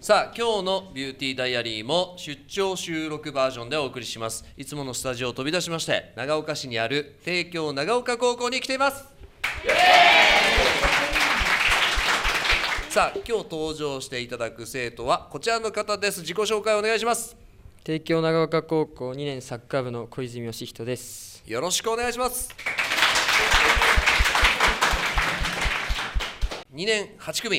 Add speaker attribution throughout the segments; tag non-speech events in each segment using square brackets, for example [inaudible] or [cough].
Speaker 1: さあ今日のビューティーダイアリーも出張収録バージョンでお送りしますいつものスタジオを飛び出しまして長岡市にある帝京長岡高校に来ていますさあ今日登場していただく生徒はこちらの方です自己紹介お願いします
Speaker 2: 帝京長岡高校2年サッカー部の小泉義人です
Speaker 1: よろしくお願いします2年8組、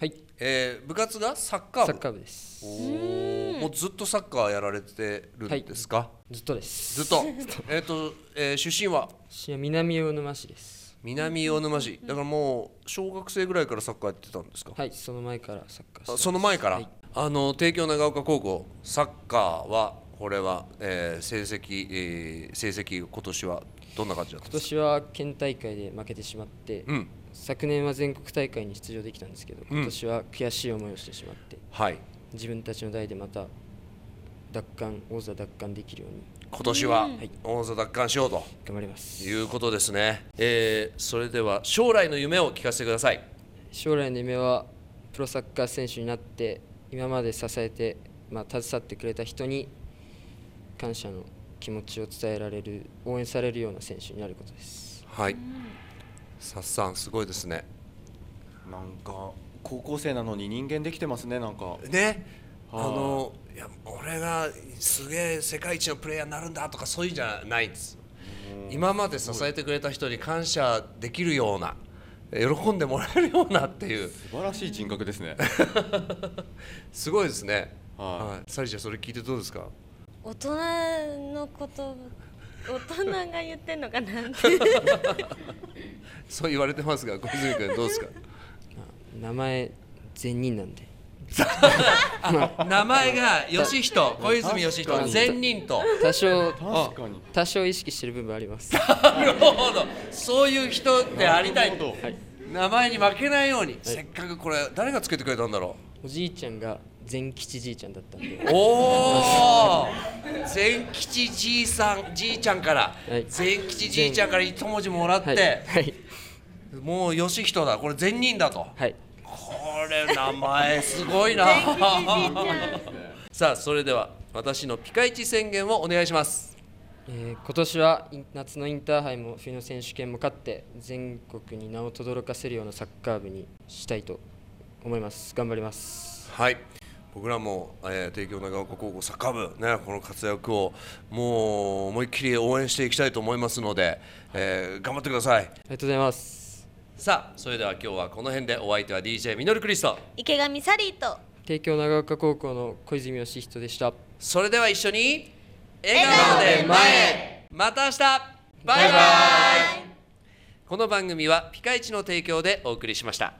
Speaker 2: はい
Speaker 1: えー部活がサッカー部
Speaker 2: サッカー部です
Speaker 1: おーもうずっとサッカーやられてるんですか、
Speaker 2: ずっとです
Speaker 1: ずっとえっと、えー出身は
Speaker 2: し南魚沼市です
Speaker 1: 南魚沼市だからもう小学生ぐらいからサッカーやってたんですか、
Speaker 2: はいその前からサッカーして
Speaker 1: あ
Speaker 2: ます
Speaker 1: その前から、
Speaker 2: はい
Speaker 1: あの帝京長岡高校サッカーはこれは、えー成績、えー成績今年はどんな感じだったんで
Speaker 2: 今
Speaker 1: すか
Speaker 2: 年は県大会で負けてしまって、
Speaker 1: うん
Speaker 2: 昨年は全国大会に出場できたんですけど
Speaker 1: うん
Speaker 2: 今年は悔しい思いをしてしまって、
Speaker 1: はい
Speaker 2: 自分たちの代でまた奪還王座奪還できるように
Speaker 1: 今年は王座奪還しようと
Speaker 2: 頑張ります
Speaker 1: いうことですね、えーそれでは将来の夢を聞かせてください
Speaker 2: 将来の夢はプロサッカー選手になって今まで支えて、まあ、携わってくれた人に感謝の気持ちを伝えられる応援されるような選手になることです
Speaker 1: はいさっさんすごいですね
Speaker 3: なんか高校生なのに人間できてますねなんか
Speaker 1: ねあ
Speaker 3: はい
Speaker 1: のいや俺がすげえ世界一のプレイヤーになるんだとかそういうんじゃないんです今まで支えてくれた人に感謝できるようなえ喜んでもらえるようなっていう
Speaker 3: 素晴らしい人格ですね
Speaker 1: すごいですね
Speaker 3: はい
Speaker 1: はいサリちゃんそれ聞いてどうですか [laughs]
Speaker 4: 大人のこと大人が言ってんのかな [laughs]
Speaker 1: そう言われてますが小泉君どうですか
Speaker 2: まあ名前善人なんで
Speaker 1: [laughs] 名前が義人小泉義
Speaker 3: 確
Speaker 1: 人
Speaker 3: かに
Speaker 1: 善人と
Speaker 2: 多少
Speaker 3: 確かに
Speaker 2: 多少意識してる部分あり [laughs] ます
Speaker 1: なるほどそういう人でありたい
Speaker 3: なるほど
Speaker 1: 名前に負けないように、せっかくこれ誰がつけてくれたんだろう
Speaker 2: おじいちゃんが善吉じいちゃんだったんで
Speaker 1: おお善吉じいさんじいちゃんから、
Speaker 2: はい
Speaker 1: 善吉じいちゃんから一文字もらって、
Speaker 2: はいはい
Speaker 1: もう義人だこれ善人だと
Speaker 2: はい
Speaker 1: これ名前すごいなさあそれでは私のピカイチ宣言をお願いします
Speaker 2: えー今年はイン夏のインターハイも冬の選手権も勝って全国に名を轟かせるようなサッカー部にしたいと思います頑張ります
Speaker 1: はい僕らも、えー、帝京長岡高校サッカー部、ね、この活躍をもう思いっきり応援していきたいと思いますので、えー頑張ってください
Speaker 2: ありがとうございます
Speaker 1: さあそれでは今日はこの辺でお相手は DJ ミノルクリスト
Speaker 4: 池上サリーと
Speaker 2: 帝京長岡高校の小泉義人でした
Speaker 1: それでは一緒に笑顔で前へまた明日バイバイこの番組はピカイチの提供でお送りしました